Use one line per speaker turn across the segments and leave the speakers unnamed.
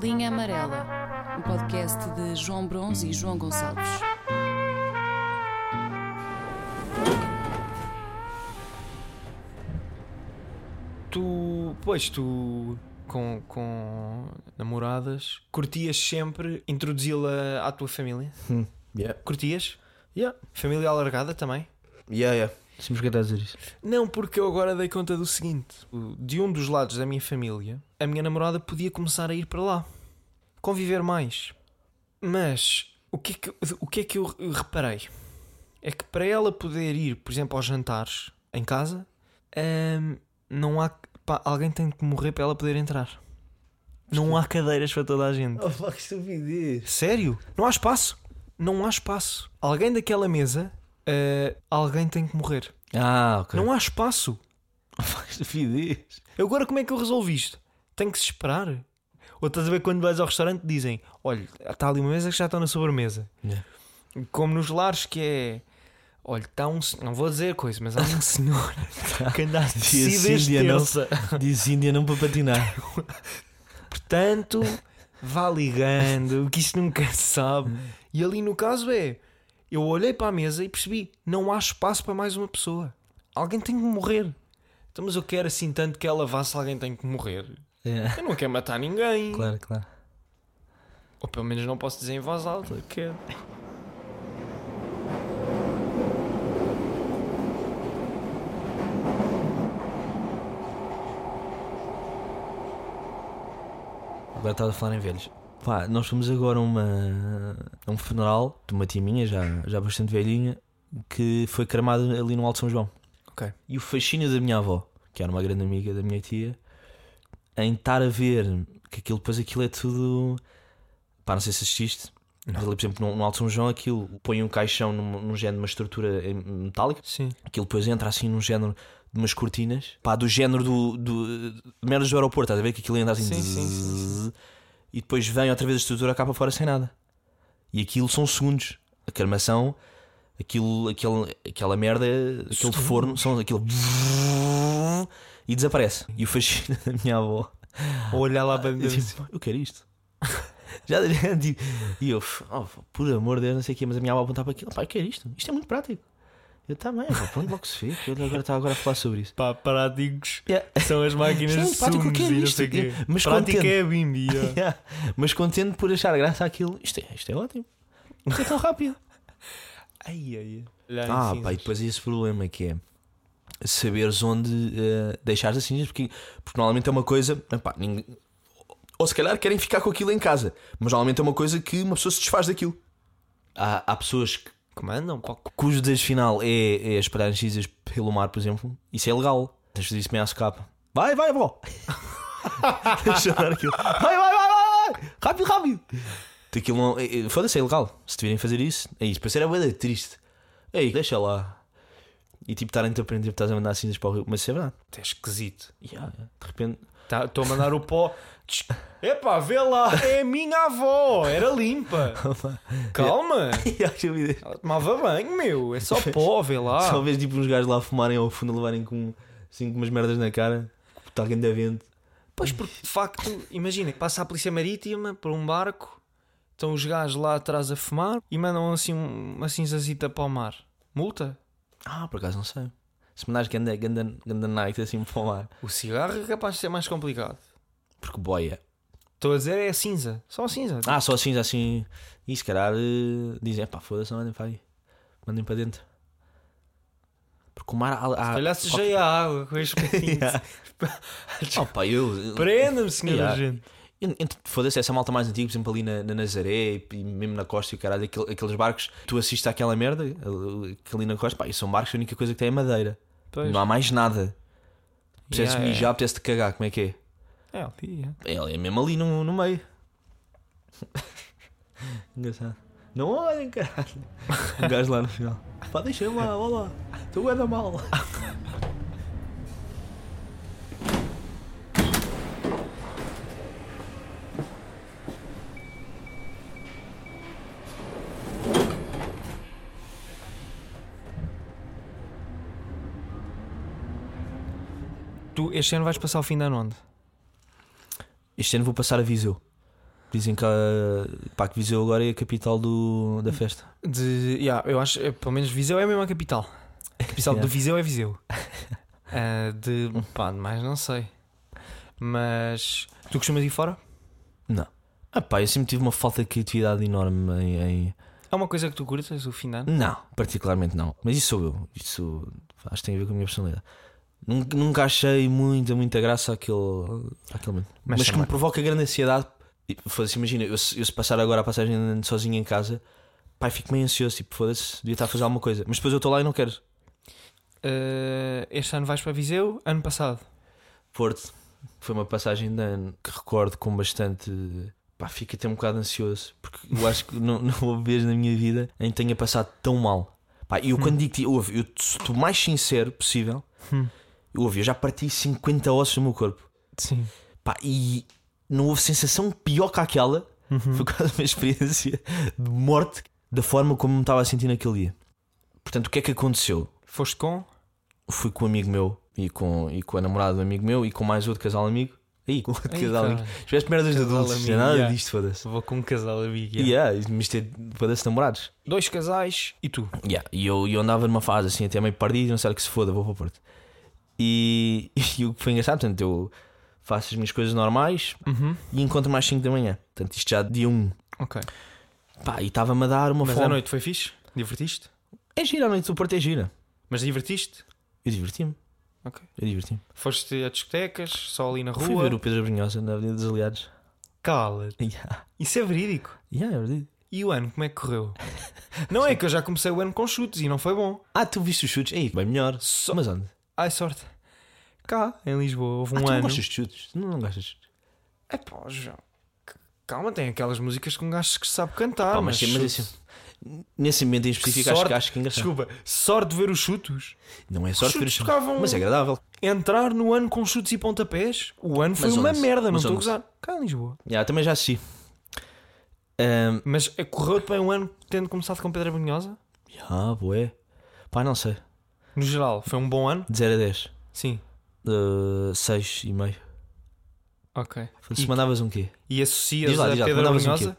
Linha Amarela, um podcast de João Bronze e João Gonçalves.
Tu, pois tu com, com namoradas, curtias sempre introduzi-la à tua família?
Yeah.
Curtias?
Yeah.
Família alargada também?
Yeah, yeah.
Sempre que estás a dizer isso.
Não, porque eu agora dei conta do seguinte: O- de um dos lados da minha família, a minha namorada podia começar a ir para lá, conviver mais. Mas o que é que, o que, é que eu reparei? É que para ela poder ir, por exemplo, aos jantares em casa, hum, não há. pá, alguém tem que morrer para ela poder entrar. Não há cadeiras para toda a gente.
Oh, pá, que estupidez.
Sério? Não há espaço. Não há espaço. Alguém daquela mesa, ah, alguém tem que morrer.
Ah, ok.
Não há espaço.
faz estupidez.
Agora como é que eu resolvo isto? Tem que se esperar. Ou estás a ver quando vais ao restaurante dizem: Olha, está ali uma mesa que já estão na sobremesa.
Yeah.
Como nos lares que é. Olha, está um. sen- Não vou dizer coisa, mas há um senhor que anda a
Dia
si
sim,
desde
dia não.
terça.
Diz Índia não para patinar.
Portanto, vá ligando, que isto nunca se sabe.
Uhum.
E ali no caso é: eu olhei para a mesa e percebi, não há espaço para mais uma pessoa. Alguém tem que morrer. Então, mas eu quero assim tanto que ela vá se alguém tem que morrer.
É,
Eu não quero matar ninguém.
Claro, claro.
Ou pelo menos não posso dizer em voz alta. Quero.
Agora estás a falar em velhos. Pá, nós fomos agora a uma, a um funeral de uma tia minha, já, já bastante velhinha, que foi cremada ali no Alto de São João.
Ok.
E o fascínio da minha avó, que era uma grande amiga da minha tia, em estar a ver que aquilo, depois aquilo é tudo. Pá, não sei se assististe. Mas ali, por exemplo, no, no Alto São João, aquilo põe um caixão num, num género de uma estrutura em- metálica.
Sim.
Aquilo depois entra assim num género de umas cortinas, pá, do género do, do, de merdas do aeroporto, estás a ver que aquilo entra assim
Sim, sim,
zzz, e depois vem outra vez a estrutura cá para fora sem nada. E aquilo são segundos. A carmação, aquilo, aquele, aquela merda, aquele forno, são aquilo bzzz, e desaparece. E o fascínio da minha avó.
Ou olhar lá para
Eu,
dentro.
tipo, eu quero isto. Já, já digo. E eu, oh, por amor de Deus, não sei o quê, mas a minha avó apontava para aquilo. Pá, eu quero isto. Isto é muito prático. Eu também, pá, pronto, logo se vê. que Eu agora estava agora a falar sobre isso.
Pá, práticos.
Yeah.
São as máquinas
Sim,
de
prático,
sumos
o que é
e não
isto?
sei o quê.
Mas
Prática
contente.
é a bimbi. yeah.
Yeah. Mas contente por achar graça àquilo. Isto é, isto é ótimo. Isto é tão rápido.
ai, ai. Olhar em
Ah,
cinzas.
pá, e depois esse problema que é saberes onde eh, deixar as cinzas, porque, porque normalmente é uma coisa. epá, ninguém- ou se calhar querem ficar com aquilo em casa, mas normalmente é uma coisa que uma pessoa se desfaz daquilo. Há, há pessoas que-
Comandam, pá.
cujo desejo final é, é espalhar as cinzas pelo mar, por exemplo. Isso é legal. Tens de fazer isso meio à socapa. Vai, vai, vó! Deixa eu dar aquilo. Vai, vai, vai, vai, vai! Rápido, rápido! Aquilo não. é- é- Foda-se, é ilegal. Se tiverem fazer isso, é isso. Para ser a boeda triste. Ei, deixa lá. E tipo, estarem-te a prender, porque estás a mandar cinzas para o rio. Mas isso é verdade.
Até esquisito.
Yeah, yeah. De repente.
Estou Tá, a mandar o pó. Tch. Epá, vê lá. É a minha avó. Era limpa. Calma.
Yeah, que estupidez.
Ela tomava banho, meu. É só pó, vê lá.
Só vês tipo uns gajos lá fumarem ao fundo, levarem com, assim, com umas merdas na cara. Está alguém da vento.
Pois porque de facto, imagina, passa a polícia marítima por um barco, estão os gajos lá atrás a fumar e mandam assim um- uma cinzazita para o mar. Multa?
Ah, por acaso não sei. Se mandares ganda, ganda, ganda night assim para o mar,
O cigarro é capaz de ser mais complicado.
porque boia.
Estou a dizer é a cinza, só a cinza.
Ah, só assim, assim. E se calhar eh, dizem, pá, foda-se, não mandem para aí. Mandem para dentro. Porque o mar. Há, há,
Se calhar sujei a água com este bocadinho.
Oh, pá, eu.
Prenda-me, senhor
Yeah.
agente.
eu- entre- Foda-se, essa malta mais antiga, por exemplo, ali na, na Nazaré e mesmo na costa e o caralho, aquele- aqueles barcos, tu assistes àquela merda, eh, que ali na costa, pá, e são barcos, que a única coisa que tem é madeira.
Pois.
Não há mais nada. Precisas
Yeah,
de mijar, precisas de cagar, como é que é?
É, ali, é.
É, é mesmo ali no, no meio. Engraçado. Não olhem, caralho. O gajo lá no final. Pá, deixa-me lá, olha lá. Tu é da mal.
Tu este ano vais passar o fim da onde?
Este ano vou passar a Viseu. Dizem que, ah, pá, que Viseu agora é a capital do, da festa.
De, yeah, eu acho, eh, pelo menos Viseu é mesmo a capital. A capital
Yeah.
de Viseu é Viseu. Ah, de, pá, de mais não sei. Mas tu costumas ir fora?
Ah, pá, eu sempre tive uma falta de criatividade enorme em- em,
É uma coisa que tu curtas, o fim de ano?
Não, particularmente não. Mas isso sou eu. Isso acho que tem a ver com a minha personalidade. Nun- Nunca, achei muita, muita graça àquele, àquele momento.
Mas
Mas, que
também-
me provoca grande ansiedade. E, Foda-se, imagina, eu, se eu se passar agora a passagem de ano sozinho em casa, pai, fico meio ansioso. Tipo, foda-se, devia estar a fazer alguma coisa. Mas depois eu estou lá e não quero.
Ah, este ano vais para Viseu, ano passado.
Porto foi uma passagem de ano que recordo com bastante. Pá, fico até um bocado ansioso porque eu acho que não, não houve vez na minha vida em que tenha passado tão mal. Pá, e eu quando digo-te, ouve, eu estou o mais sincero possível.
Hum.
Eu ouve, eu já parti 50 ossos do meu corpo.
Sim.
Pá, e não houve sensação pior que aquela. Foi quase uma experiência de morte da forma como me estava a sentir naquele dia. Portanto, o que é que aconteceu?
Foste com?
fui com um amigo meu e com, e com a namorada do amigo meu e com mais outro casal amigo. Aí, com outro
Ai,
casal
caralho.
amigo. Tiveste merdas de
Casal
adultos,
amigo,
não é nada
yeah.
disto, foda-se.
Vou com um casal amigo. yeah.
Yeah, e mas ter foda-se namorados.
Dois casais e tu?
Yeah, e eu, e eu andava numa fase assim, até meio perdido, não sei o que se foda, vou para o Porto. E, e o que foi engraçado, portanto, eu faço as minhas coisas normais
Uhum.
e encontro mais 5 da manhã. Portanto, isto já dia 1. Um.
Ok.
Pá, e estava-me a dar uma
Mas
fome.
à noite foi fixe? Divertiste?
É gira, a noite do Porto é gira.
Mas divertiste?
Eu diverti-me.
Ok.
Eu diverti-me.
Foste a discotecas, só ali na rua?
Fui ver o Pedro Brunhosa na Avenida dos Aliados.
Cala-te.
Yeah,
Isso é verídico.
yeah é verdade.
E o ano, como é que correu? Não é que eu já comecei o ano com chutes e não foi bom.
Ah, tu viste os chutes? Aí, bem melhor.
Só- Ah,
Mas onde?
Ai, sorte. Cá, em Lisboa, houve
ah,
um
tu não
ano.
gostas de chutes? Tu Não, não gostas de chutes?
É pá, João. C- Calma, tem aquelas músicas com gajos que sabe cantar.
Pá,
Ah, mas,
mas sim, mas
chute-
assim, Nesse momento em específico, acho,
sorte.
que- acho que é engraçado.
Desculpa, sorte de ver os chutos.
Não é sorte ver os
chutes
chutes.
tocavam-
Mas é agradável.
Entrar no ano com chutes e pontapés, o ano foi
Mas
uma
onde?
merda, não
Mas
estou a
onde?
gozar. Cá em Lisboa.
Já, também já assisti. Ahm,
Mas eh, correu-te bem o ano tendo começado com Pedra Bunhosa?
já, boé. Pá, não sei.
No geral, foi um bom ano?
De 0 a 10.
Sim.
Uh, 6 e meio.
Ok.
Se mandavas um quê?
E associas
Diz lá,
a
diz lá,
Pedra
mandavas um
Bunhosa?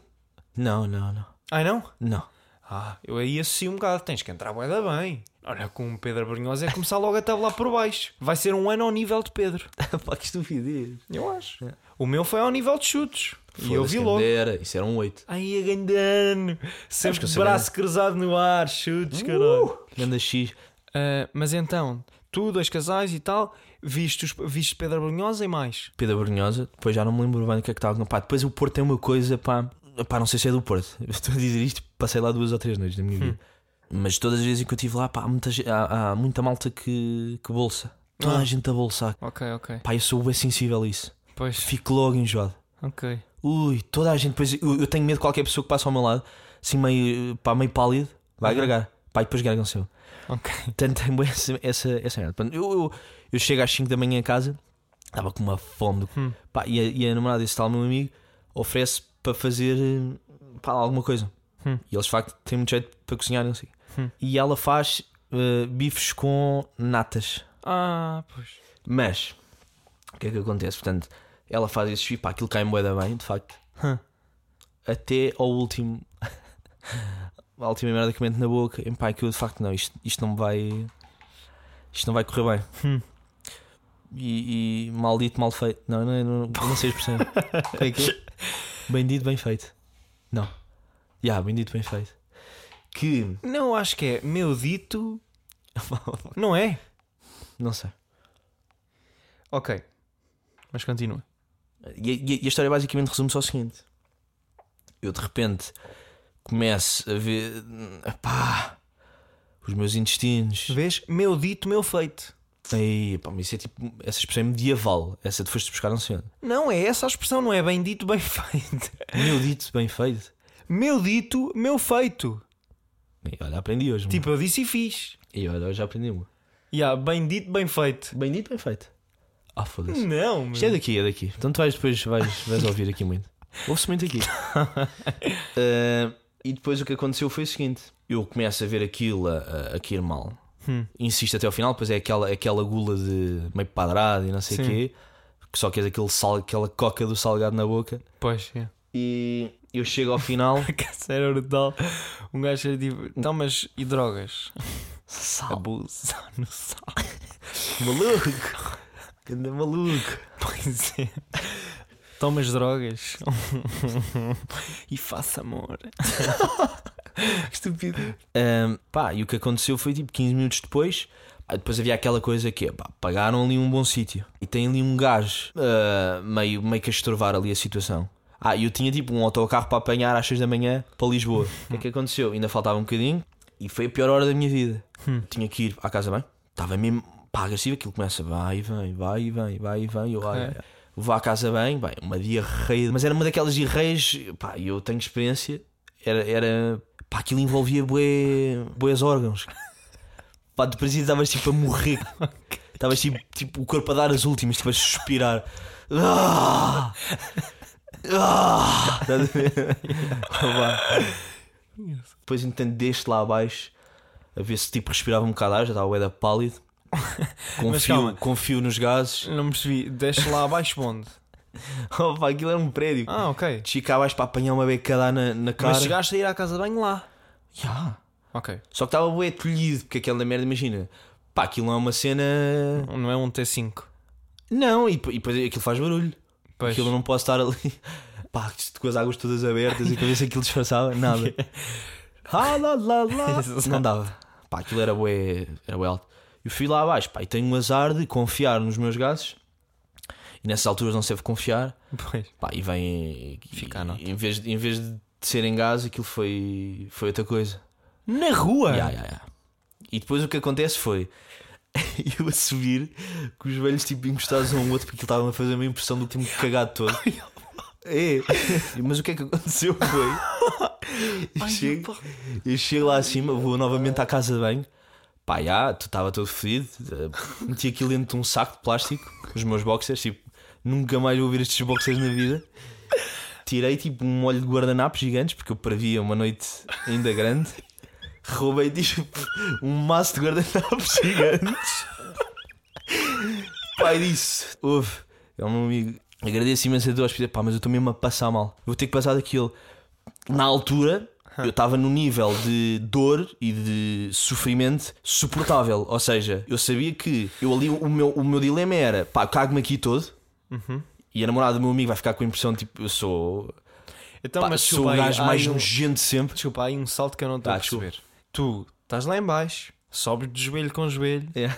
Não, não, não.
Ai não?
Não.
Ah, eu aí associo um bocado. Tens que entrar bué da bem. Olha, com o Pedro Brunhosa é começar logo a tabelar por baixo. Vai ser um ano ao nível de Pedro.
Pá, que estupidez.
Eu acho. O meu foi ao nível de chutes. E eu
Foda-se,
vi
quem
logo.
dera. Isso era um 8.
Ai, a grande ano. Sempre
que eu
de
sabia.
braço cruzado no ar. Chutes, caralho.
Ganda X.
Ah, mas então, tu, dois casais e tal, viste, os, viste Pedro Brunhosa e mais.
Pedra Brunhosa, depois já não me lembro bem o que é que estava. Pá, depois o Porto tem uma coisa, pá, pá, não sei se é do Porto. Eu Estou a dizer isto, passei lá duas ou três noites na minha vida.
Hum.
Mas todas as vezes que eu estive lá, pá, há muita, ge- há- há muita malta que, que bolsa. Toda
Ah.
a gente a bolsar.
Ok, ok.
Pá, eu sou bem sensível a isso.
Pois,
Fico logo enjoado.
ok.
Ui, toda a gente, depois eu, eu tenho medo de qualquer pessoa que passa ao meu lado, assim meio, pá, meio pálido, vai
Uhum.
agregar. Pá, e depois gargam-se. eu.
Ok.
Portanto, tem bué essa, essa, essa merda. Portanto, eu, eu, eu chego às 5 da manhã em casa, estava com uma fome. do-
Hum.
Pá, e, a, e a namorada desse tal meu amigo oferece para fazer eh, pá, alguma coisa.
Hum.
E eles de facto têm muito jeito para cozinhar, não sei.
Hum.
E ela faz eh, bifes com natas.
Ah, pois.
Mas, o que é que acontece? Portanto, ela faz esses bifes, pá, aquilo cai moeda bem, de facto.
Hum.
Até ao último. A última merda que mete na boca, em pá, que eu de facto não, isto, isto não me vai. Isto não vai correr bem.
Hum.
E, e maldito, mal feito. Não, não, não, não, não sei a expressão. Como é que é? Bendito, bem feito. Não. Já, bendito, bem feito. Que.
Não, acho que é meu dito. Não é?
Não sei.
Ok. Mas continua.
E, e- e a história basicamente resume-se ao seguinte: eu de repente começo a ver epá, os meus intestinos.
Vês? Meu dito, meu feito.
Ei, pá, mas isso é tipo, essa expressão é medieval. Essa de foste buscar, um não sei onde.
Não, é essa a expressão, não é bem dito, bem feito.
Meu dito, bem feito.
Meu dito, meu feito.
E olha, aprendi hoje. Tipo,
Tipo, eu disse e fiz.
e olha, hoje já aprendi uma.
E há bem dito, bem feito.
Bem dito, bem feito. Ah, foda-se.
Não,
Isto é
meu.
daqui, é daqui. Então tu vais depois vais, vais ouvir aqui muito. Ouve-se muito aqui. Ah, e depois o que aconteceu foi o seguinte: eu começo a ver aquilo a, a, a ir mal,
Hum.
insisto até ao final, depois é aquela, aquela gula de meio padrado e não sei o
Sim.
quê, que só queres aquele sal, aquela coca do salgado na boca.
Pois, é.
E eu chego ao final.
Isso era brutal. Um gajo era tipo, então, mas e drogas?
Sal,
Abuso no sal.
maluco! Ganda maluco!
Pois é. Tomas drogas e faça amor.
Estúpido.
Ahm, pá, e o que aconteceu foi tipo 15 minutos depois. ah, Depois havia aquela coisa que é, pá, pagaram ali um bom sítio e tem ali um gajo ah, meio, meio que a estrovar ali a situação. Ah, e eu tinha tipo um autocarro para apanhar às 6 da manhã para Lisboa. O que é que aconteceu? Ainda faltava um bocadinho e foi a pior hora da minha vida. Tinha que ir à casa bem, estava mesmo pá, agressivo. Aquilo começa, vai e vem, vai e vem, vai e vem. Eu, ai,
Ok.
ai, ai. Vou à casa bem, bem, uma diarreia, mas era uma daquelas diarreias, pá, e eu tenho experiência, era, era pá, aquilo envolvia bué, bués órgãos. Pá, de parecia que estavas tipo a morrer. Estavas tipo, tipo o corpo a dar as últimas, tipo a suspirar. Ah! Ah! Estás a ver? Pá. Depois entendeste lá abaixo a ver se tipo respirava um bocado ar, já estava bué da pálido.
calma.
Confio, confio nos gases.
Não me percebi. Deixa lá abaixo onde?
Oh, pá, aquilo era um prédio.
Ah, ok.
Desci cá abaixo para apanhar uma becada na, na cara.
Mas chegaste a ir à casa de banho lá.
Ya.
Ok.
Só que estava bué tolhido, porque aquela merda, imagina. Pá, aquilo não é uma cena.
Não é um T5.
Não, e, e depois aquilo faz barulho.
Pois.
Aquilo eu não posso estar ali. Pá, com as águas todas abertas e para ver se aquilo disfarçava. Nada. Ah, lá, lá, lá. Não dava. Pá, aquilo era bué, era bué alto. Eu fui lá abaixo, pá, e tenho um azar de confiar nos meus gases. E nessas alturas não se deve confiar.
Pois.
Pá, e vem.
Fica a
e-
nota.
em, vez, de- em vez de serem gás, aquilo foi, foi outra coisa.
Na rua?
Ya, ya, ya. E depois o que acontece foi eu a subir com os velhos tipo encostados um ao outro porque estavam a fazer uma impressão do último cagado todo. É. Mas o que é que aconteceu foi eu chego, eu chego lá acima, vou novamente à casa de banho. Pá, já, tu estava todo fedido. eh, Meti aquilo dentro de um saco de plástico, os meus boxers, tipo, nunca mais vou ver estes boxers na vida. Tirei tipo um molho de guardanapo gigantes, porque eu previa uma noite ainda grande. Roubei tipo um maço de guardanapos gigantes. Pai disse: Ouve, é um amigo, agradeço imenso a Deus, filho, pá, mas eu estou mesmo a passar mal. Vou ter que passar daquilo. Na altura, eu estava num nível de dor e de sofrimento suportável. Ou seja, eu sabia que eu ali o meu, o meu dilema era: pá, cago-me aqui todo.
Uhum.
E a namorada do meu amigo vai ficar com a impressão de tipo, eu sou,
Então,
pá,
mas
sou
desculpa
o
aí,
gajo
há
mais
aí um-
nojento sempre.
Desculpa, há aí um salto que eu não estou
Ah,
a perceber. Tu estás lá em baixo, sobes de joelho com joelho,
É.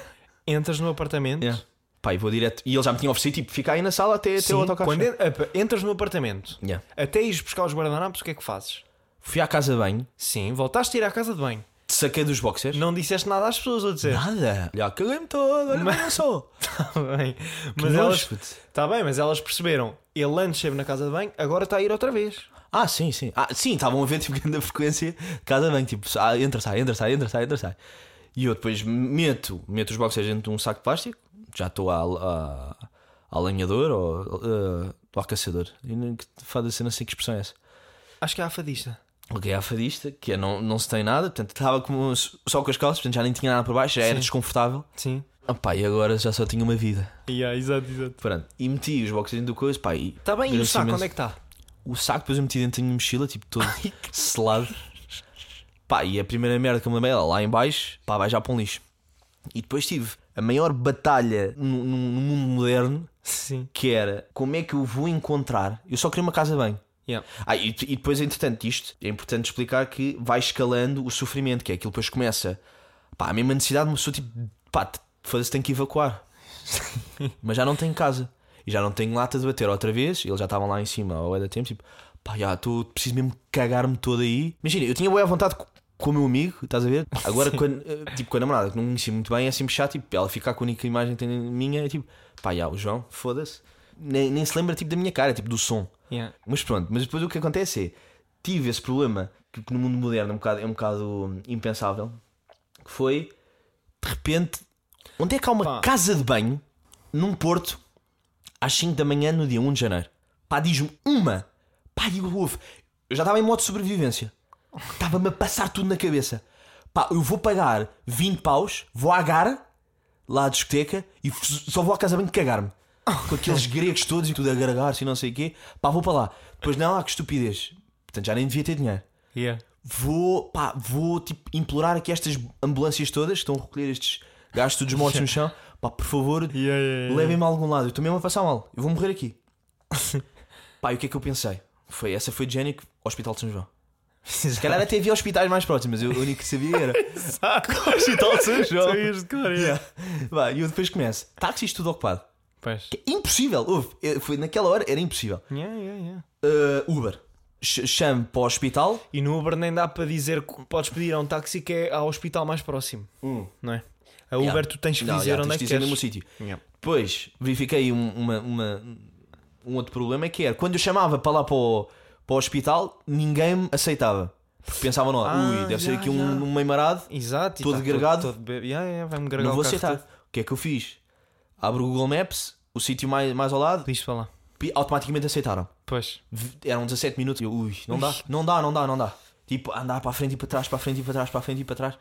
entras no apartamento.
Yeah. Pá, e vou direto. E ele já me tinha oferecido, tipo, fica aí na sala até, até
Sim,
o autocarro.
quando é-
chegar.
en- apa- entras no apartamento,
Yeah.
até ires buscar os guardanapos, o que é que fazes?
Fui à casa de banho,
Sim, voltaste a ir à casa de banho.
te saquei dos boxers.
Não disseste nada às pessoas a dizer.
Nada. Olha, caguei-me todo, olha, mas não sou.
Está bem.
Que
Mas
nojo,
elas...
puto.
Está bem, mas elas perceberam. Ele antes esteve na casa de banho, agora está a ir outra vez.
Ah, sim, sim. Ah, sim, estavam a ver, tipo, grande frequência de casa de banho, tipo, ah, entra, sai, entra, sai, entra, sai, entra, sai. E eu depois meto, meto os boxers dentro de um saco de plástico, já estou a, a, a lenhador ou ah, ao caçador. E não- que faz a cena, não sei que expressão é essa.
Acho que é a fadista.
Liguei à fadista, que é, não, não se tem nada, portanto estava com, um só com as calças, portanto já nem tinha nada por baixo, já era
Sim.
desconfortável.
Sim.
Opa, e agora já só tinha uma vida.
Yeah, exato, exato.
Pronto, e meti os boxers dentro do coisa, pá, e tá
Está bem, e o
agradeço
saco,
imenso.
onde é que está?
O saco depois eu meti dentro da minha mochila, tipo todo selado. Pá, e a primeira merda que eu me lembrei era lá em baixo, pá, vai já para um lixo. E depois tive a maior batalha no, no- no mundo moderno,
Sim.
que era como é que eu vou encontrar. Eu só queria uma casa bem.
Yeah.
Ah, e, e depois, entretanto, isto é importante explicar que vai escalando o sofrimento, que é aquilo que depois começa. Pá, a mesma necessidade de uma pessoa tipo, pá, te- fazer tem que evacuar. Mas já não tenho casa. E já não tenho lata de bater outra vez. Eles já estavam lá em cima ao da tempo, tipo, pá, já estou, preciso mesmo cagar-me todo aí. Imagina, eu tinha boa vontade co- com o meu amigo, estás a ver? Agora, quando, eh, tipo, com a namorada, que não conheci muito bem, é sempre chato, tipo, ela ficar com a única imagem que tem minha, é tipo, pá, já, o João, foda-se. Nem, nem se lembra, tipo, da minha cara, tipo, do som.
Yeah.
Mas pronto, mas depois o que acontece é tive esse problema que que no mundo moderno é um bocado, é um bocado hum, impensável, que foi de repente onde é que há uma
Pá.
casa de banho num Porto às 5 da manhã no dia 1 de janeiro? Pá, diz-me uma! Pá, digo, ouve, eu já estava em modo de sobrevivência, estava-me a passar tudo na cabeça. Pá, eu vou pagar 20 paus, vou à Gara, lá à discoteca, e f- só vou à casa de banho cagar-me. com aqueles gregos todos e tudo a gargar-se e não sei o quê. Pá, vou para lá. Depois, não, ah, que estupidez. Portanto, já nem devia ter dinheiro.
Yeah.
Vou, pá, vou tipo, implorar aqui estas ambulâncias todas que estão a recolher estes gajos todos mortos no chão. Pá, por favor,
Yeah, yeah, yeah.
levem-me a algum lado. Eu estou mesmo a passar mal. Eu vou morrer aqui. pá, e o que é que eu pensei? Foi, essa foi de génico, Hospital de São João. Se calhar até havia hospitais mais próximos, mas eu, o único que sabia era Hospital de São João.
Sabias de cor, yeah.
Yeah. Vai, e eu depois começo. Táxis tudo ocupado.
Pois.
Que é impossível. Houve. Eh, Foi naquela hora, era impossível.
Yeah, yeah, yeah.
Eh, Uber. Ch- Chamo para o hospital.
E no Uber nem dá para dizer que podes pedir a um táxi que é ao hospital mais próximo, não é? A Uber
Yeah.
tu tens que
Não,
dizer
yeah,
onde é
tens
que queres.
de dizer no mesmo sítio.
Yeah.
Depois verifiquei um, uma- uma- um outro problema que era quando eu chamava para lá para o, para o hospital, ninguém me aceitava. Porque pensavam, não,
Ah,
ui, deve ser
yeah,
aqui um,
yeah.
um meimarado,
Exato. e
Todo
tá
gregalho.
Todo, todo bebe- yeah, yeah, vai-me gregar
não
o
vou
carro
aceitar.
todo.
O que é que eu fiz? Abro o Google Maps, o sítio mais, mais ao lado,
Diz para lá.
e automaticamente aceitaram.
Pois.
V- Eram 17 minutos. Eu, ui, não dá, não dá, não dá, não dá. Tipo, andar para a frente e para trás, para a frente e para trás, para a frente e para trás.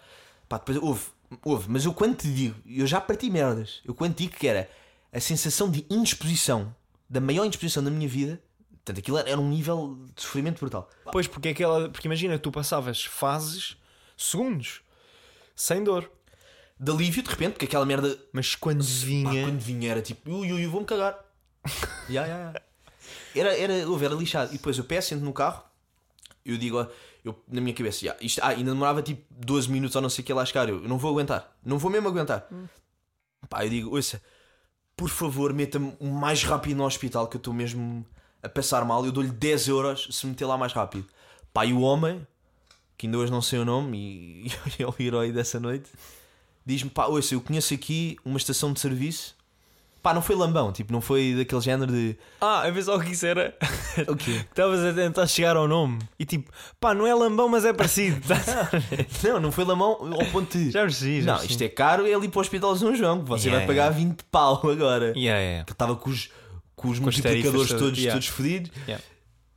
Pá, depois houve, houve. Mas eu quando te digo, eu já parti merdas. Eu quando te digo que era a sensação de indisposição, da maior indisposição da minha vida, portanto, aquilo era era um nível de sofrimento brutal.
Pois, porque é aquela. Porque imagina, tu passavas fases, segundos, sem dor.
De alívio, de repente, porque aquela merda,
Mas quando
pá,
vinha.
quando vinha, era tipo, ui, ui, ui, vou-me cagar. Ya, ya, ya. Era, era, houve, era lixado. E depois eu peço, entro no carro, eu digo, ó, eu, na minha cabeça, já, isto, ah, ainda demorava tipo 12 minutos ou não sei o que lá chegar. Eu, eu não vou aguentar, não vou mesmo aguentar. Pá, eu digo, ouça, por favor, meta-me o mais rápido no hospital que eu estou mesmo a passar mal. Eu dou-lhe 10 euros se me meter lá mais rápido. Pá, e o homem, que ainda hoje não sei o nome e, e é o herói dessa noite, diz-me, pá, ouça, eu conheço aqui uma estação de serviço. Pá, não foi lambão, tipo, não foi daquele género de.
Ah, eu pensava que isso era.
O quê?
Estavas a tentar chegar ao nome. E tipo, pá, não é lambão, mas é parecido.
Não, não foi lambão ao ponto de.
já percebi, já
Não, isto é caro, é ali para o Hospital de São João, que você
Yeah,
vai pagar 20 pau agora.
é, Yeah, yeah.
Que estava com os, com os
as tarifas
multiplicadores
todas,
todos,
yeah.
todos fodidos.
Yeah.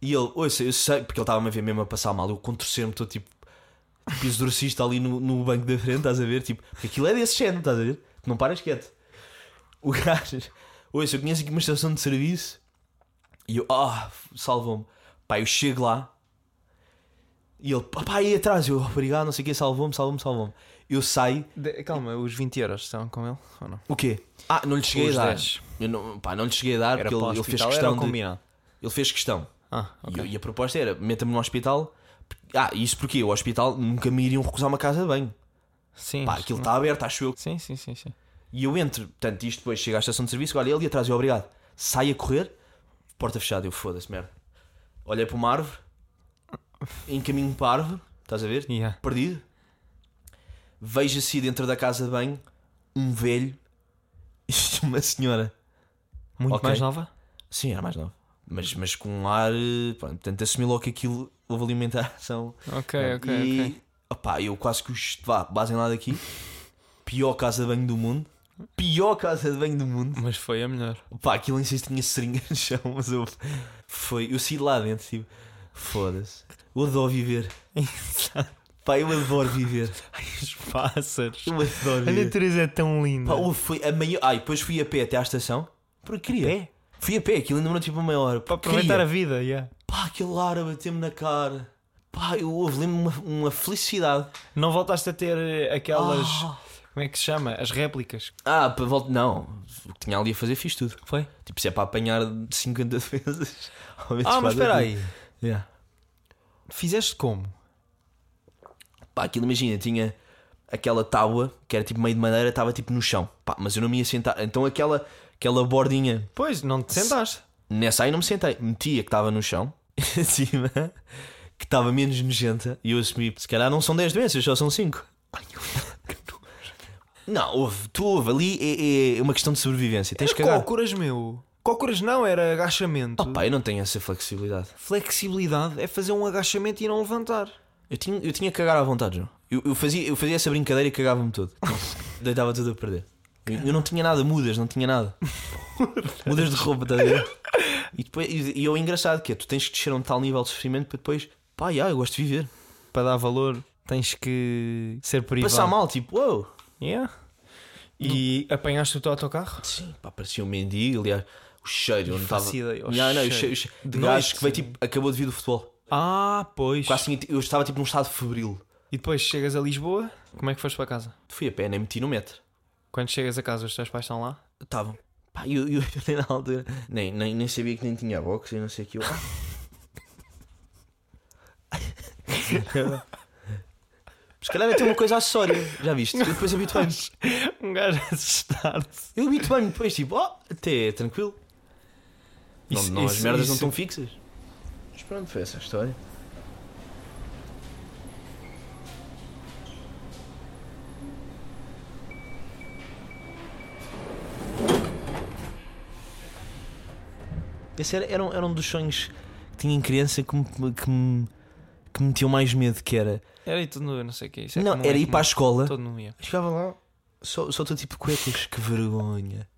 E ele, ouça, eu sei, porque ele estava-me a ver mesmo a passar mal, eu contorcer-me todo tipo piso dorcista ali no, no banco da frente, estás a ver? Tipo, porque aquilo é desse género, estás a ver? Tu não paras quieto. O gajo, ouça, eu conheço aqui uma estação de serviço e eu, ah, salvou-me. Pá, eu chego lá e ele, pá, pá, aí atrás, eu, obrigado, não sei o quê, salvou-me, salvou-me, salvou-me. Eu saio,
De- calma, os 20 euros estão com ele ou não?
o quê? Ah, não lhe cheguei
Os
a dar.
10.
Eu não, pá, não lhe cheguei a dar
Era
porque
para o
ele, ele fez
hospital, era
questão.
o
de,
combinado.
ele fez questão.
Ah,
E eu- E, a proposta era: meta-me no hospital. Ah, isso porque o hospital nunca me iriam recusar uma casa de banho.
sim.
Pá, aquilo está aberto, acho eu.
Sim, sim, sim, sim.
E eu entro, portanto, isto depois chega à estação de serviço, olha ele ali atrás, eu obrigado. Sai a correr, porta fechada, eu foda-se, merda. Olhei para uma árvore, encaminho para a árvore, estás a ver?
Yeah.
Perdido. Vejo assim dentro da casa de banho um velho e uma senhora.
Muito
Ok.
mais nova?
Sim, era mais nova. Mas, mas com um ar. eh, Pronto, portanto, assumi logo que aquilo houve alimentação.
Ok, ok,
e,
ok.
opá, eu quase que os. Vá, basem lá daqui. Pior casa de banho do mundo. Pior casa de banho do mundo.
Mas foi a melhor.
Opá, aquilo em si tinha seringa no chão, mas eu. Foi. Eu saí de lá dentro, tipo. Foda-se. Eu adoro viver. Pá, eu adoro viver.
Os pássaros.
Eu adoro
A
viver.
natureza é tão linda.
Pá, ouve, foi a maior. Ai, depois fui a pé até à estação. Porque queria.
Pé?
Fui a pé, aquilo ainda demorou tipo uma hora.
Para aproveitar a vida, yeah.
Pá, aquele ar a bater-me na cara. Pá, eu ouve, lembro-me uma, uma felicidade.
Não voltaste a ter eh, aquelas.
Ah.
Como é que se chama? As réplicas.
Ah, para volta. Não, o que tinha ali a fazer fiz tudo.
Foi?
Tipo, se é para apanhar 50 vezes. ao menos
Ah, mas
faz
espera aí.
aquilo. Yeah.
Fizeste como?
Pá, aquilo imagina, tinha aquela tábua que era tipo meio de madeira, estava tipo no chão. Pá, mas eu não me ia sentar. Então aquela, aquela bordinha,
Pois, não te sentaste.
nessa aí não me sentei. Metia que estava no chão, em cima, que estava menos nojenta. E eu assumi, se calhar não são 10 doenças, só são 5. Não, houve, tu houve, ali é, é uma questão de sobrevivência. Tens que cagar.
Cócoras, meu. Cócoras não, era agachamento.
Oh, pá, eu não tenho essa flexibilidade.
Flexibilidade é fazer um agachamento e não levantar.
Eu tinha, eu tinha que cagar à vontade, João. Eu, eu fazia, eu fazia essa brincadeira e cagava-me todo. Deitava tudo a perder. Eu, eu não tinha nada, mudas, não tinha nada. mudas de roupa, estás a ver? E, depois, e, e é o engraçado que é, tu tens que descer a um tal nível de sofrimento para depois, pá, já, eu gosto de viver.
Para dar valor, tens que ser privado.
Passar mal, tipo, uou,
Yeah. E apanhaste o teu autocarro?
Sim, pá, parecia um mendigo, aliás. O cheiro, eu não estava.
Faço ideia, o
não, não, o
cheiro.
cheiro, o cheiro.
De
De gajo
noite,
que veio
sim.
tipo, acabou de vir do futebol.
Ah, pois.
Quase tinha- eu estava tipo num estado febril.
E depois chegas a Lisboa, como é que foste para casa?
Fui a pé, nem meti no metro.
Quando chegas a casa, os teus pais estão lá?
Estavam. Pá, eu, eu, nem na altura. Nem, nem, nem sabia que nem tinha box e não sei o que. Eu... Se calhar é ter uma coisa acessória, já viste? Eu depois habituei-me.
Um gajo assustado-se.
Eu habituei-me depois, tipo, ó, até é tranquilo. Não-
Isso-
não, as
isso-
merdas não
isso-
estão fixas. Mas pronto, foi essa a história. Esse era, era, um, era um dos sonhos que tinha em criança que me, que me, que me meteu mais medo, que era...
Era ir tudo nu, eu não sei o que é isso.
não, era ir para a escola,
Todo nu, ia.
chegava lá, só só estou tipo, cuecas, que vergonha.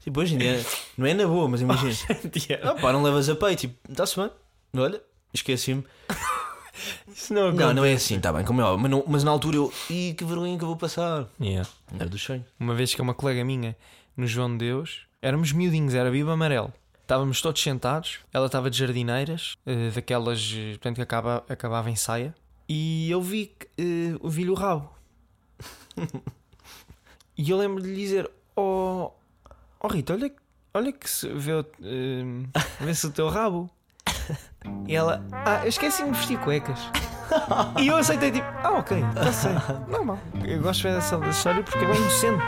Tipo, hoje em dia, não é na boa, mas imagina... Ah, pá, não levas a peito. Tipo, está-se bem. Olha, esqueci-me.
Isso não
Não, não é assim, está bem, como é óbvio. Mas, não- mas na altura eu. Ih, que vergonha que eu vou passar.
Yeah.
Era do sonho.
Uma vez que é uma colega minha, no João de Deus, éramos miudinhos, era viva amarelo. Estávamos todos sentados, ela estava de jardineiras, eh, daquelas eh, portanto, que acaba, acabava em saia, e eu vi que, eh, eu vi-lhe o rabo. e eu lembro de lhe dizer: Oh, oh Rita, olha, olha que se vê, o- eh, vê-se o teu rabo. E ela, ah, eu esqueci-me de vestir cuecas. e eu aceitei, tipo, ah, ok, está certo, normal. Eu gosto de ver essa história porque é bem inocente.